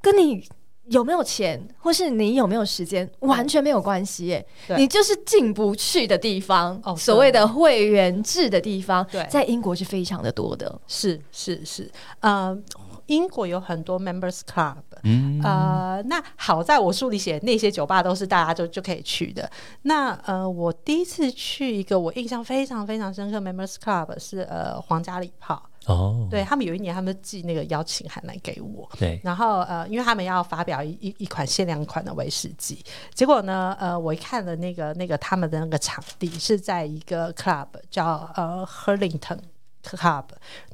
跟你有没有钱，或是你有没有时间，完全没有关系耶。对你就是进不去的地方，哦所谓的会员制的地方对，在英国是非常的多的。是是是，呃，英国有很多 members club，、嗯呃，那好在我书里写那些酒吧都是大家就就可以去的。那呃，我第一次去一个我印象非常非常深刻 members club 是呃皇家礼炮，哦，对他们有一年他们寄那个邀请函来给我，对，然后呃，因为他们要发表一一一款限量款的威士忌，结果呢，呃，我一看了那个那个他们的那个场地是在一个 club 叫呃 Hurlington Club，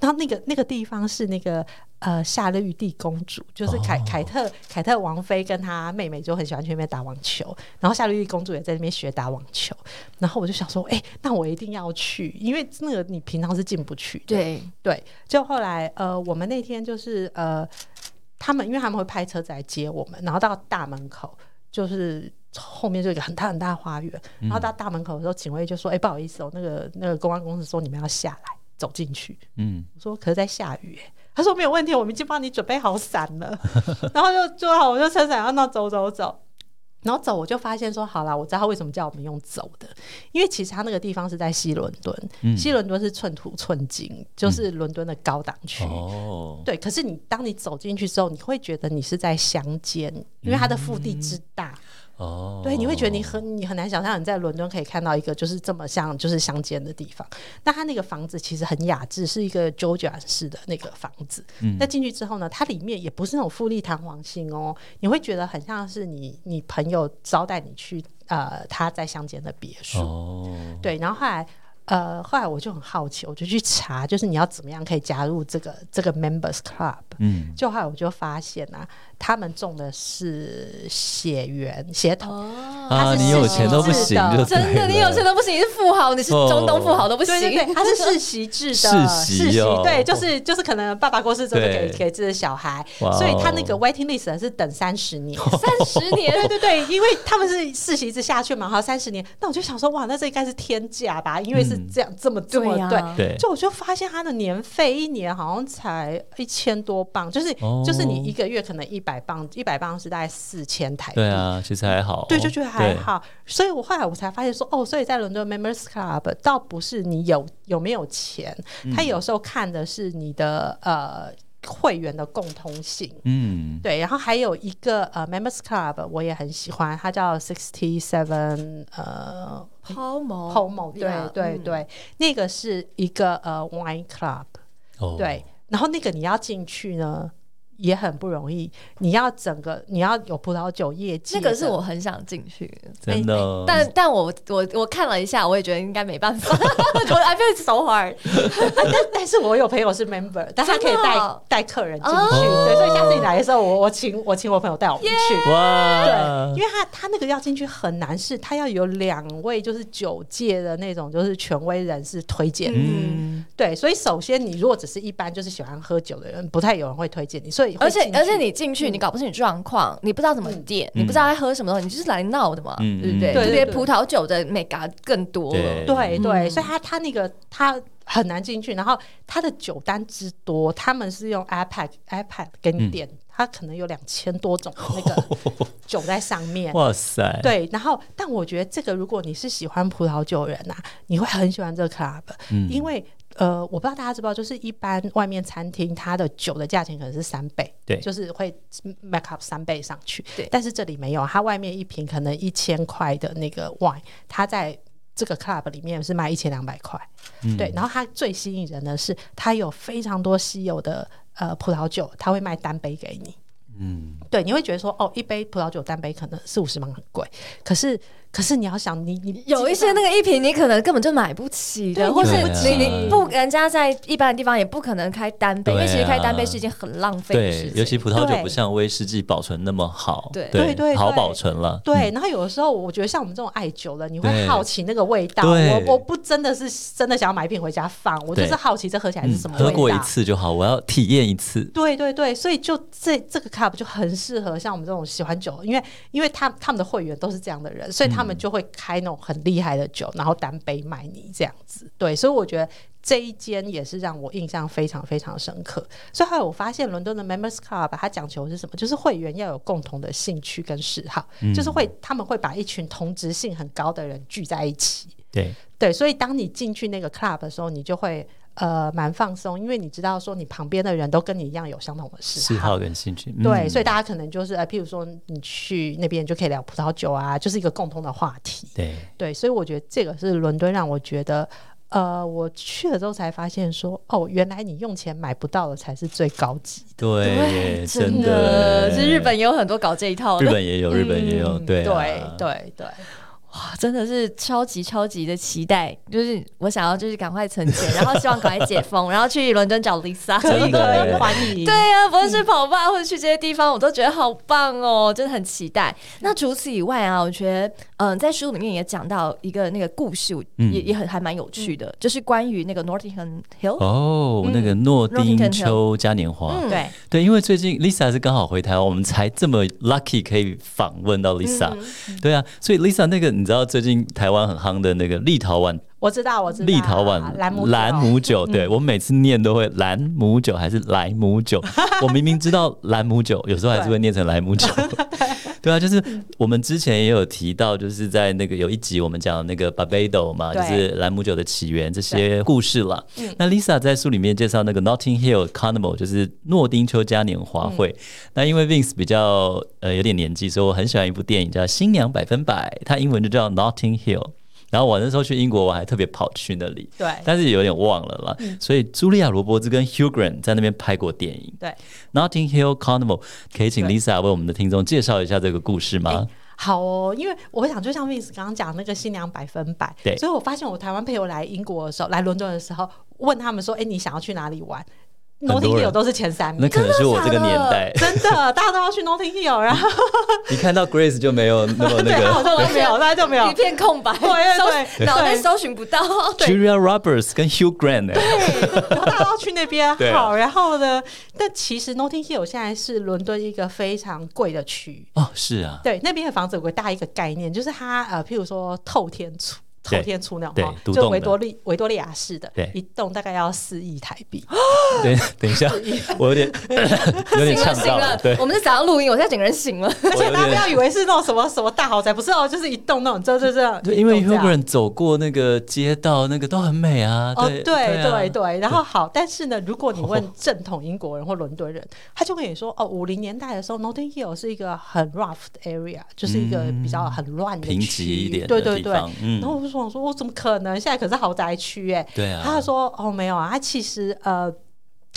然后那个那个地方是那个。呃，夏绿蒂公主就是凯、凯特凯特王妃跟她妹妹就很喜欢去那边打网球，然后夏绿蒂公主也在那边学打网球，然后我就想说，哎、那我一定要去，因为那个你平常是进不去的。对，对，就后来呃，我们那天就是呃，他们因为他们会派车子来接我们，然后到大门口就是。后面就有一个很大很大的花园，然后到大门口的时候，警卫就说：“哎、不好意思哦，那个那个公安公司说你们要下来走进去。”嗯，我说：“可是在下雨。”哎，他说：“没有问题，我们已经帮你准备好伞了。”然后就做好，我就撑伞，然后那走走走，然后走我就发现说：“好啦，我知道他为什么叫我们用走的，因为其实他那个地方是在西伦敦，嗯西伦敦是寸土寸金，就是伦敦的高档区。哦，对，可是你当你走进去之后，你会觉得你是在乡间，因为它的腹地之大，哦，对，你会觉得你很你很难想象你在伦敦可以看到一个就是这么像就是乡间的地方。那它那个房子其实很雅致，是一个 Georgia 式的那个房子。嗯那进去之后呢，它里面也不是那种富丽堂皇型哦，你会觉得很像是你你朋友招待你去呃他在乡间的别墅。哦，对，然后后来。呃，后来我就很好奇，我就去查，就是你要怎么样可以加入这个这个 members club。嗯，就后来我就发现啊，他们种的是血缘血统，哦，啊，它是你有钱都不世袭行制的就真对的，你有钱了都不行，你是富豪，你是中东富豪都不行。对 对对，它是世袭制世的，袭哦对，就是就是可能爸爸过世之后就给对给自己的小孩，哇哦所以他那个 waiting list 是等三十年。 三十年，对对对，因为他们是世袭制下去嘛，好三十年，那我就想说，哇，那这应该是天价吧？因为嗯是这样、这么这么 对呀啊对，对，就我就发现他的年费一年好像才一千多磅，就是、哦就是你一个月可能一百磅，一百磅是大概四千台币。对啊，其实还好，对，就觉得还好，所以我后来我才发现说，哦，所以在伦敦 Members Club 倒不是你有有没有钱，嗯他有时候看的是你的呃会员的共通性。对，嗯，对，然后还有一个呃 Members Club 我也很喜欢，它叫 Sixty Seven 呃抛锚 Homo，对呀对哦嗯对，那个是一个呃 Wine Club，哦，对，然后那个你要进去呢也很不容易，你要整个你要有葡萄酒业绩那的，个是 我很想进去的，真的，但但我我我看了一下，我也觉得应该没办法， 我觉得 I feel it's so hard。啊但是我有朋友是 member，但他可以真的带哦带客人进去，哦对，所以下次你来的时候，我我请我请我朋友带我们去。哇啊对，因，为他他那个要进去很难，是他要有两位就是九界的那种就是权威人士推荐。嗯，对，所以首先你如果只是一般就是喜欢喝酒的人，不太有人会推荐你，所以 会而且进去而且你进去，嗯你搞不清楚状况，你不知道怎么点，你不知道该喝什么东西，你就是来闹的嘛，嗯对不对？嗯对特别对对葡萄酒的美嘎更多了对，对对，嗯所以他他那个他很难进去，然后他的酒单之多，他们是用 iPad iPad 给你点，他可能有两千多种的那个酒在上面。哇塞，嗯对，然后但我觉得这个，如果你是喜欢葡萄酒的人呐、你会很喜欢这个 club，、嗯因为呃，我不知道大家知不知道，就是一般外面餐厅它的酒的价钱可能是三倍，对就是会 make up 三倍上去，对但是这里没有，它外面一瓶可能一千块的那个 wine，它在这个 club 里面是卖一千两百块，嗯对，然后它最吸引人的是它有非常多稀有的呃葡萄酒，它会卖单杯给你。嗯，对，你会觉得说，哦，一杯葡萄酒单杯可能四五十磅很贵，可是可是你要想你，你有一些那个一瓶你可能根本就买不起对的，或是买不起你你不人家在一般的地方也不可能开单杯，因对啊为其实开单杯是一件很浪费的对事，尤情。其葡萄酒对不像威士忌保存那么好，对对对好对保存了，对，然后有的时候我觉得像我们这种爱酒的，你会对好奇那个味道。对我我不真的是真的想要买一瓶回家放，我就对是好奇这喝起来是嗯什么味道。喝过一次就好，我要体验一次，对对对，所以就这这个 club 就很适合像我们这种喜欢酒，因为因为他他们的会员都是这样的人，所以他们就会开那种很厉害的酒，然后单杯卖你这样子。对，所以我觉得这一间也是让我印象非常非常深刻。所以后来我发现伦敦的 Members Club 啊它讲求的是什么？就是会员要有共同的兴趣跟嗜好，就是会他们会把一群同质性很高的人聚在一起。对，对，所以当你进去那个 club 的时候，你就会呃蛮放松，因为你知道说你旁边的人都跟你一样有相同的嗜嗜好。好跟兴趣，嗯对，所以大家可能就是呃，譬如说你去那边就可以聊葡萄酒啊，就是一个共同的话题。对，对，所以我觉得这个是伦敦让我觉得，呃，我去了之后才发现说，哦，原来你用钱买不到的才是最高级。对，真的的，，是日本也有很多搞这一套日的，本也有，日本也有，嗯对啊对对对，哇啊真的是超级超级的期待，就是我想要就是赶快存钱，然后希望赶快解封，然后去伦敦找 Lisa。 可以真的耶可以欢迎。对呀、啊，不论是跑吧或者去这些地方，我都觉得好棒哦，真的很期待。那除此以外啊，我觉得嗯、呃在书里面也讲到一个那个故事，我嗯也也很还蛮有趣的，就是关于那个 Notting Hill。哦，那个诺丁丘嘉年华，嗯对对，因为最近 Lisa 是刚好回台湾，我们才这么 lucky 可以访问到 Lisa，、对嗯啊，所以 Lisa 那个你知道最近台湾很夯的那个立陶宛我知道我知道。立陶宛兰姆兰酒嗯姆酒，对我每次念都会兰姆酒还是莱姆 酒，我明明知道兰姆酒，有时候还是会念成莱姆酒。 对啊，就是我们之前也有提到，就是在那个有一集我们讲那个 Barbado 嘛，就对嗯是兰姆酒的起源这些故事啦。那 Lisa 在书里面介绍那个 Notting Hill Carnival，就是诺丁丘嘉年华会。嗯那因为 Vince 比较呃有点年纪，所以我很喜欢一部电影叫《新娘百分百》，它英文就叫 Notting Hill。然后我那时候去英国，我还特别跑去那里，对但是有点忘了啦。嗯所以茱莉亚·罗伯兹跟 Hugh Grant 在那边拍过电影对。 《Notting Hill Carnival》，可以请对 Lisa 为我们的听众介绍一下这个故事吗？好哦，因为我想就像 Vince 刚刚讲那个新娘百分百，对所以我发现我台湾朋友来英国的时候，来伦敦的时候，问他们说：“哎、你想要去哪里玩？” Notting Hill 都是前三那名，可能是我这个年代，真的，大家都要去 Notting Hill，然后你看到 Grace 就没 有那 么那对，好个。像都没有，大家就没有一。片空白，对对搜对脑 袋搜寻不到。 Julia Roberts 跟 Hugh Grant 哎、然后大家都去那边对好，然后呢？但其实 Notting Hill 现在是伦敦一个非常贵的区域，哦，是啊，对，那边的房子有个大一个概念，就是它呃，譬如说透天厝。透对天厝那对种哈，独就栋维的多利维多利亚式的对，一栋大概要四亿台币。 等等一下，我有点有醒点了呛醒到了对，，我们是早上录音，我现在整个人醒了。而我且有大家不点要以为是那种什么什么大豪宅，不是哦，就是一栋那种，就就这样。对，因为一栋 Hugh 这样 Grant 走过那个街道，那个都很美啊。哦，对对啊哦对对，然后好，但是呢，如果你问正统英国人或伦敦人，他就跟你说，哦，五零年代的时候，Notting Hill 是一个很 rough 的 area，就是一个比较很乱的嗯贫区瘠一域点对的对地对方，嗯然后我就想说，我哦怎么可能？现在可是豪宅区哎。对啊他就说，哦，没有啊，他其实呃。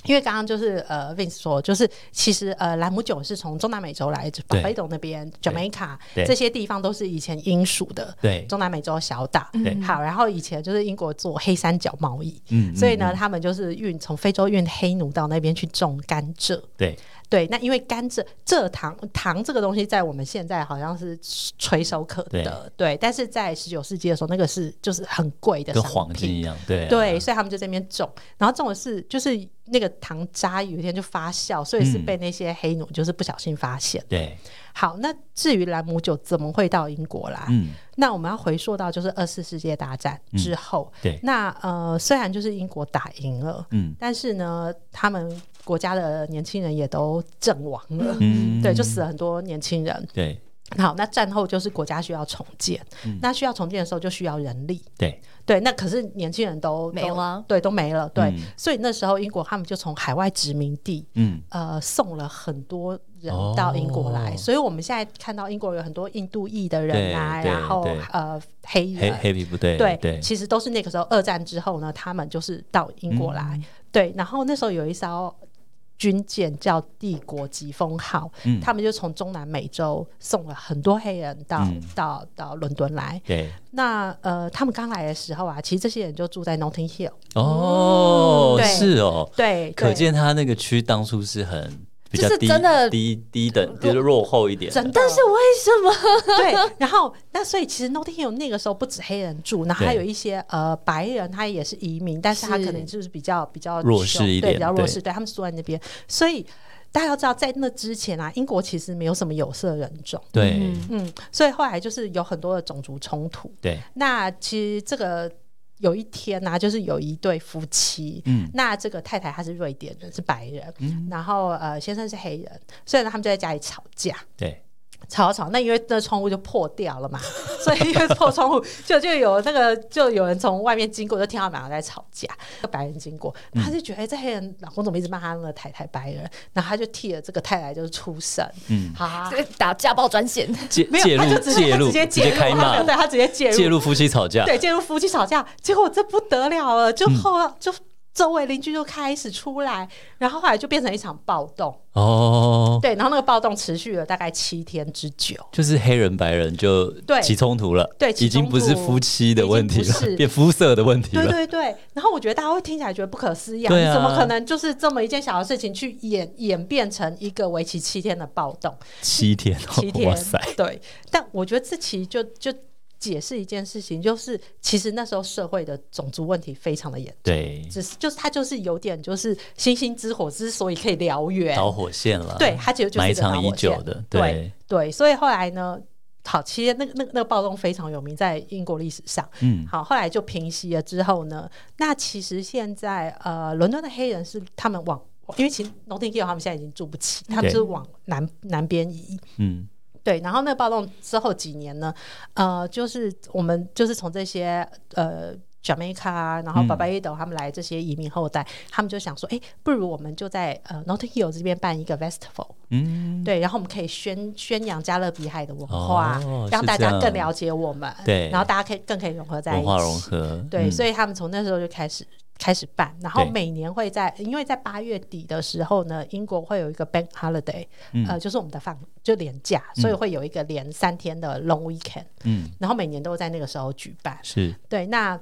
因为刚刚就是呃，Vince 说，就是其实呃，兰姆酒是从中南美洲来，巴对贝岛那边、Jamaica 对这些地方都是以前英属的，对中南美洲小岛。嗯对好，然后以前就是英国做黑三角贸易，嗯所以呢，他们就是运从非洲运黑奴到那边去种甘蔗。嗯对对，那因为甘蔗蔗糖糖这个东西，在我们现在好像是垂手可得，对。但是在十九世纪的时候，那个是就是很贵的跟商黄金品，一样，对啊对，所以他们就在那边种。然后种的是就是那个糖渣有一天就发酵，所以是嗯被那些黑奴就是不小心发现。对，好，那至于兰姆酒怎么会到英国来？嗯，那我们要回溯到就是二次世界大战之后，对那呃虽然就是英国打赢了，嗯但是呢，他们国家的年轻人也都阵亡了，嗯，对，就死了很多年轻人。对好，那战后就是国家需要重建，嗯那需要重建的时候就需要人力，对对，那可是年轻人都没都了对，都没了，对，嗯所以那时候英国他们就从海外殖民地嗯，呃送了很多人到英国来，哦所以我们现在看到英国有很多印度裔的人啊，对对然后对呃黑黑人。黑皮肤对对对其实都是那个时候二战之后呢，他们就是到英国来。嗯对，然后那时候有一艘军舰叫“帝国疾风号”，嗯他们就从中南美洲送了很多黑人到、嗯到到伦敦来。对那呃，他们刚来的时候啊，其实这些人就住在 Notting Hill，哦嗯，对是哦，对，可对见他那个区当初是很比较就是低真的低低等，就是落后一点的，真的但是为什么？ 对，然后那所以其实 Notting Hill 那个时候不止黑人住，然后还有一些呃白人，他也是移民，但是他是可能就是比较比较弱势穷一对，点比较弱对势，对他们住在那边，所以大家要知道，在那之前啊，英国其实没有什么有色人种，对嗯，所以后来就是有很多的种族冲突。对那其实这个有一天呢、就是有一对夫妻，嗯那这个太太她是瑞典人，是白人，然后呃先生是黑人，所以呢他们就在家里吵架，对吵吵，那因为那窗户就破掉了嘛， 所以因为破窗户就就有那个就有人从外面经过，就听到两个在吵架，白人经过，嗯他就觉得、哎，这黑人老公怎么一直骂他那个太太白人，然后他就替了这个太太就是出声，嗯，好、啊。 打家暴专线，介没介有，他就入直接介他入直接介入，开他没骂有 对他直接介入，介入夫妻吵架， 对，介入夫妻吵架，结果这不得了了，嗯就后、就周围邻居就开始出来，然后后来就变成一场暴动，哦，对，然后那个暴动持续了大概七天之久。就是黑人白人就对起冲突了，对起已经不是冲突夫妻的问题已经不是了，变肤色的问题对了，对对，然后我觉得大家会听起来觉得不可思议、啊，对啊你怎么可能就是这么一件小的事情去演演变成一个为期七天的暴动？七天，哦七天，哇塞，对。但我觉得这其实就就解释一件事情，就是其实那时候社会的种族问题非常的严重。对，只是就是它就是有点就是星星之火之所以可以燎原，导火线了，对，它其实就是埋一个导火藏已久线的，对对，对，所以后来呢，好，其实那个那个那个暴动非常有名，在英国历史上，嗯，好，后来就平息了之后呢，那其实现在呃，伦敦的黑人是他们往。因为其实 Notting Hill 他们现在已经住不起，他们对就是往南南边移。嗯，对，然后那个暴动之后几年呢，呃，就是我们就是从这些呃。Jamaica，啊然后嗯 Barbados 他们来这些移民后代，他们就想说，哎，不如我们就在呃 Notting Hill 这边办一个 Festival，、嗯，对，然后我们可以宣宣扬加勒比海的文化，哦让是大家这样更了解我们，对然后大家可以更可以融合在文一起，化融合，对，嗯所以他们从那时候就开始开始办，然后对每年会在，因为在八月底的时候呢，英国会有一个 Bank Holiday，、呃，嗯就是我们的放就连假，所以会有一个连三天的 Long Weekend，嗯，然后每年都在那个时候举办。是对，那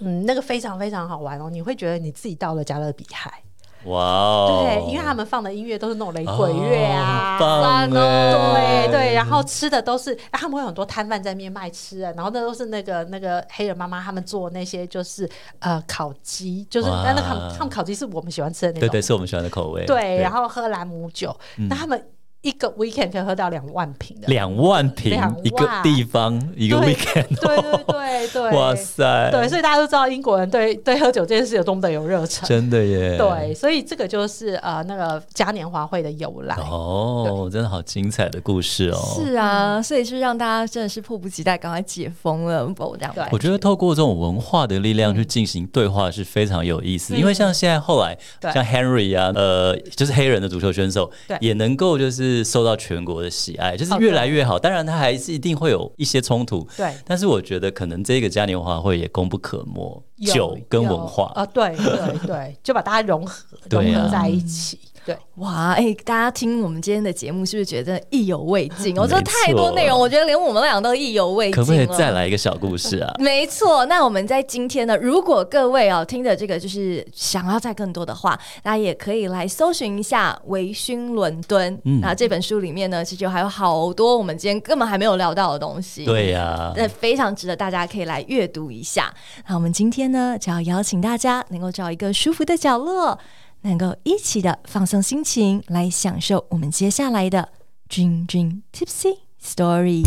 嗯，那个非常非常好玩哦，你会觉得你自己到了加勒比海。哇哦，对，因为他们放的音乐都是那种雷鬼乐啊，哦好棒哎，对对，然后吃的都是，啊他们会有很多摊贩在面卖吃的，然后那都是那个那个黑人妈妈他们做那些就是呃烤鸡，就是哇那那他们他们烤鸡是我们喜欢吃的那对种，对，是我们喜欢的口味，嗯对然后喝兰姆酒，那他们一个 weekend 可以喝到两万瓶的，两万瓶两万一个地方一个对 weekend，对对哦对对，哇塞，对，所以大家都知道英国人对对喝酒这件事有多么的有热忱。真的耶，对，，所以这个就是呃那个嘉年华会的由来。哦，真的好精彩的故事哦，是啊，所以是让大家真的是迫不及待，赶快解封了，不这样对我觉得透过这种文化的力量去进行对话是非常有意思，因为像现在后来嗯对像 Henry 啊，呃，就是黑人的足球选手对，也能够就是受到全国的喜爱，就是哦越来越好。当然，他还是一定会有一些冲突，对但是我觉得可能这个嘉年华会也功不可没，有酒跟有文化啊、对对对， 就把大家融合对融啊合在一起。对，哇，哎、大家听我们今天的节目，是不是觉得意犹未尽？我这没太多错内容，我觉得连我们俩都意犹未尽可了。不可以再来一个小故事嗯啊？没错，那我们在今天呢，如果各位哦听的这个就是想要再更多的话，那也可以来搜寻一下《微醺伦敦》。嗯那这本书里面呢，其实还有好多我们今天根本还没有聊到的东西。对呀、那呃非常值得大家可以来阅读一下。那我们今天呢，就要邀请大家能够找一个舒服的角落，能够一起的放松心情，来享受我们接下来的 Dream Dream Tipsy Story。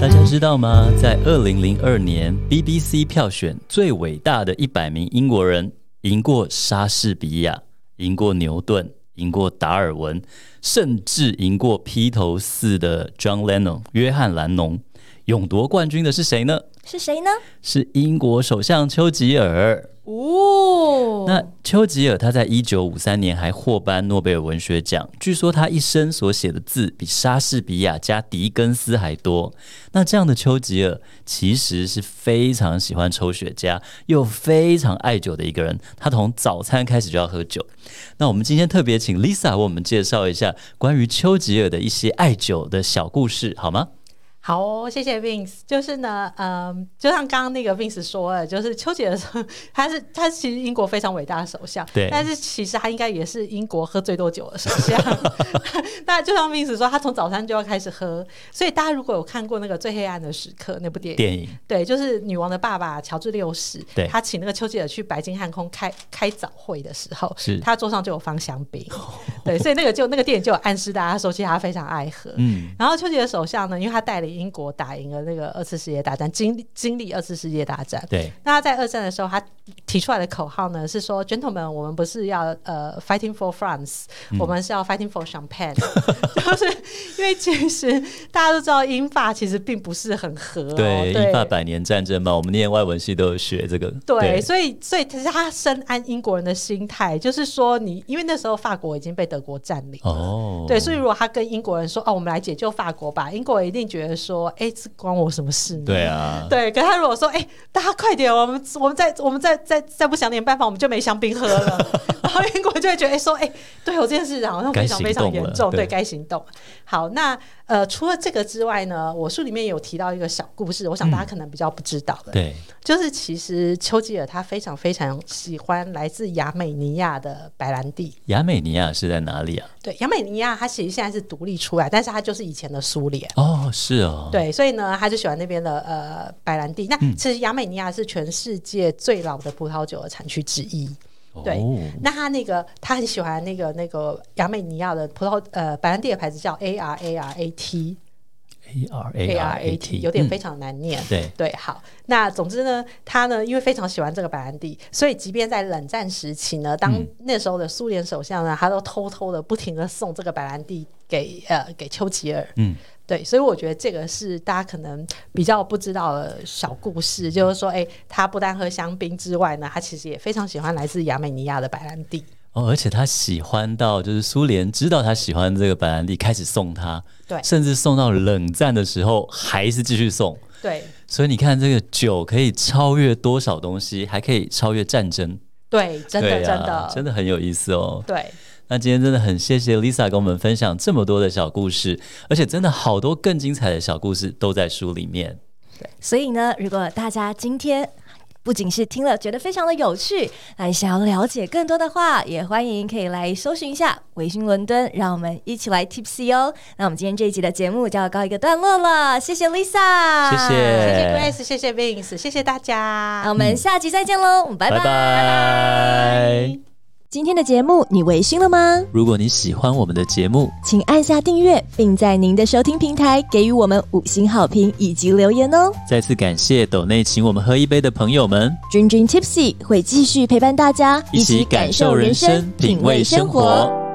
大家知道吗？在二零零二年 BBC 票选最伟大的一百名英国人，赢过莎士比亚，赢过牛顿，赢过达尔文，甚至赢过披头四的 John Lennon 约翰兰农。勇夺冠军的是谁呢？是谁呢？是英国首相丘吉尔。哦，那丘吉尔他在一九五三年还获颁诺贝尔文学奖，据说他一生所写的字比莎士比亚加狄更斯还多。那这样的丘吉尔其实是非常喜欢抽雪茄，又非常爱酒的一个人。他从早餐开始就要喝酒。那我们今天特别请 Lisa 为我们介绍一下关于丘吉尔的一些爱酒的小故事，好吗？好哦、谢谢 Vince。就是呢，嗯，就像刚刚那个 Vince 说的，就是丘吉尔说他是 他其实英国非常伟大的首相，对但是其实他应该也是英国喝最多酒的首相。 那就像 Vince 说，他从早餐就要开始喝，所以大家如果有看过那个《最黑暗的时刻》那部电影，电影对，就是女王的爸爸乔治六世对，他请那个丘吉尔去白金汉宫开开早会的时候是，他桌上就有放香槟， 对，所以那个就那个电影就有暗示大家说，其实他非常爱喝。嗯，然后丘吉尔首相呢，因为他带领英国打赢了那个二次世界大战，经经历二次世界大战。对，那他在二战的时候，他提出来的口号呢是说：“Gentlemen，我们不是要呃 fighting for France，、我嗯们是要 fighting for champagne。” 就是因为其实大家都知道英法其实并不是很合、哦，对，英法百年战争嘛，我们念外文系都有学这个。对，所以所以其实他深谙英国人的心态，就是说你因为那时候法国已经被德国占领了，哦，对，所以如果他跟英国人说哦，我们来解救法国吧，英国人一定觉得说，哎、这关我什么事呢？对啊，对，可他如果说，哎、大家快点，我们我们再我们再再再不想点办法，我们就没香槟喝了。 然后英国就会觉得，哎、说，哎、对我这件事好像该非常行动非常严重，了对对，该行动。好，那呃，除了这个之外呢，我书里面有提到一个小故事，我想大家可能比较不知道的，嗯对，就是其实丘吉尔他非常非常喜欢来自亚美尼亚的白兰地。亚美尼亚是在哪里啊？对，亚美尼亚它其实现在是独立出来，但是它就是以前的苏联。哦，是哦，，嗯对，所以呢，他就喜欢那边的呃白兰地。那其实亚美尼亚是全世界最老的葡萄酒的产区之一。对哦、那他那个他很喜欢那个那个亚美尼亚的葡萄呃白兰地的牌子叫 A R A R A T ，A R A R A T，嗯有点非、常难念。对对，好，那总之呢，他呢因为非常喜欢这个白兰地，所以即便在冷战时期呢，当嗯那时候的苏联首相呢，他都偷偷的不停的送这个白兰地给呃给丘吉尔。嗯，对，所以我觉得这个是大家可能比较不知道的小故事，就是说，哎、他不单喝香槟之外呢，他其实也非常喜欢来自亚美尼亚的白兰地。哦，而且他喜欢到就是苏联知道他喜欢这个白兰地，开始送他，对甚至送到冷战的时候还是继续送。对，所以你看，这个酒可以超越多少东西，还可以超越战争，对，真的，对真啊的，真的很有意思哦。对，那今天真的很谢谢 Lisa 跟我们分享这么多的小故事，而且真的好多更精彩的小故事都在书里面。所以呢，如果大家今天不仅是听了觉得非常的有趣，那想要了解更多的话，也欢迎可以来搜寻一下维讯伦敦，让我们一起来 tipsy 哦。那我们今天这一集的节目就要告一个段落了，谢谢 Lisa，谢谢谢谢 Grace，谢谢 Vince，谢谢大家。那我们下集再见喽，拜嗯拜拜。今天的节目你微醺了吗？如果你喜欢我们的节目，请按下订阅，并在您的收听平台给予我们五星好评以及留言哦。再次感谢斗内请我们喝一杯的朋友们，君君 Tipsy 会继续陪伴大家，一起感受人生，品味生活。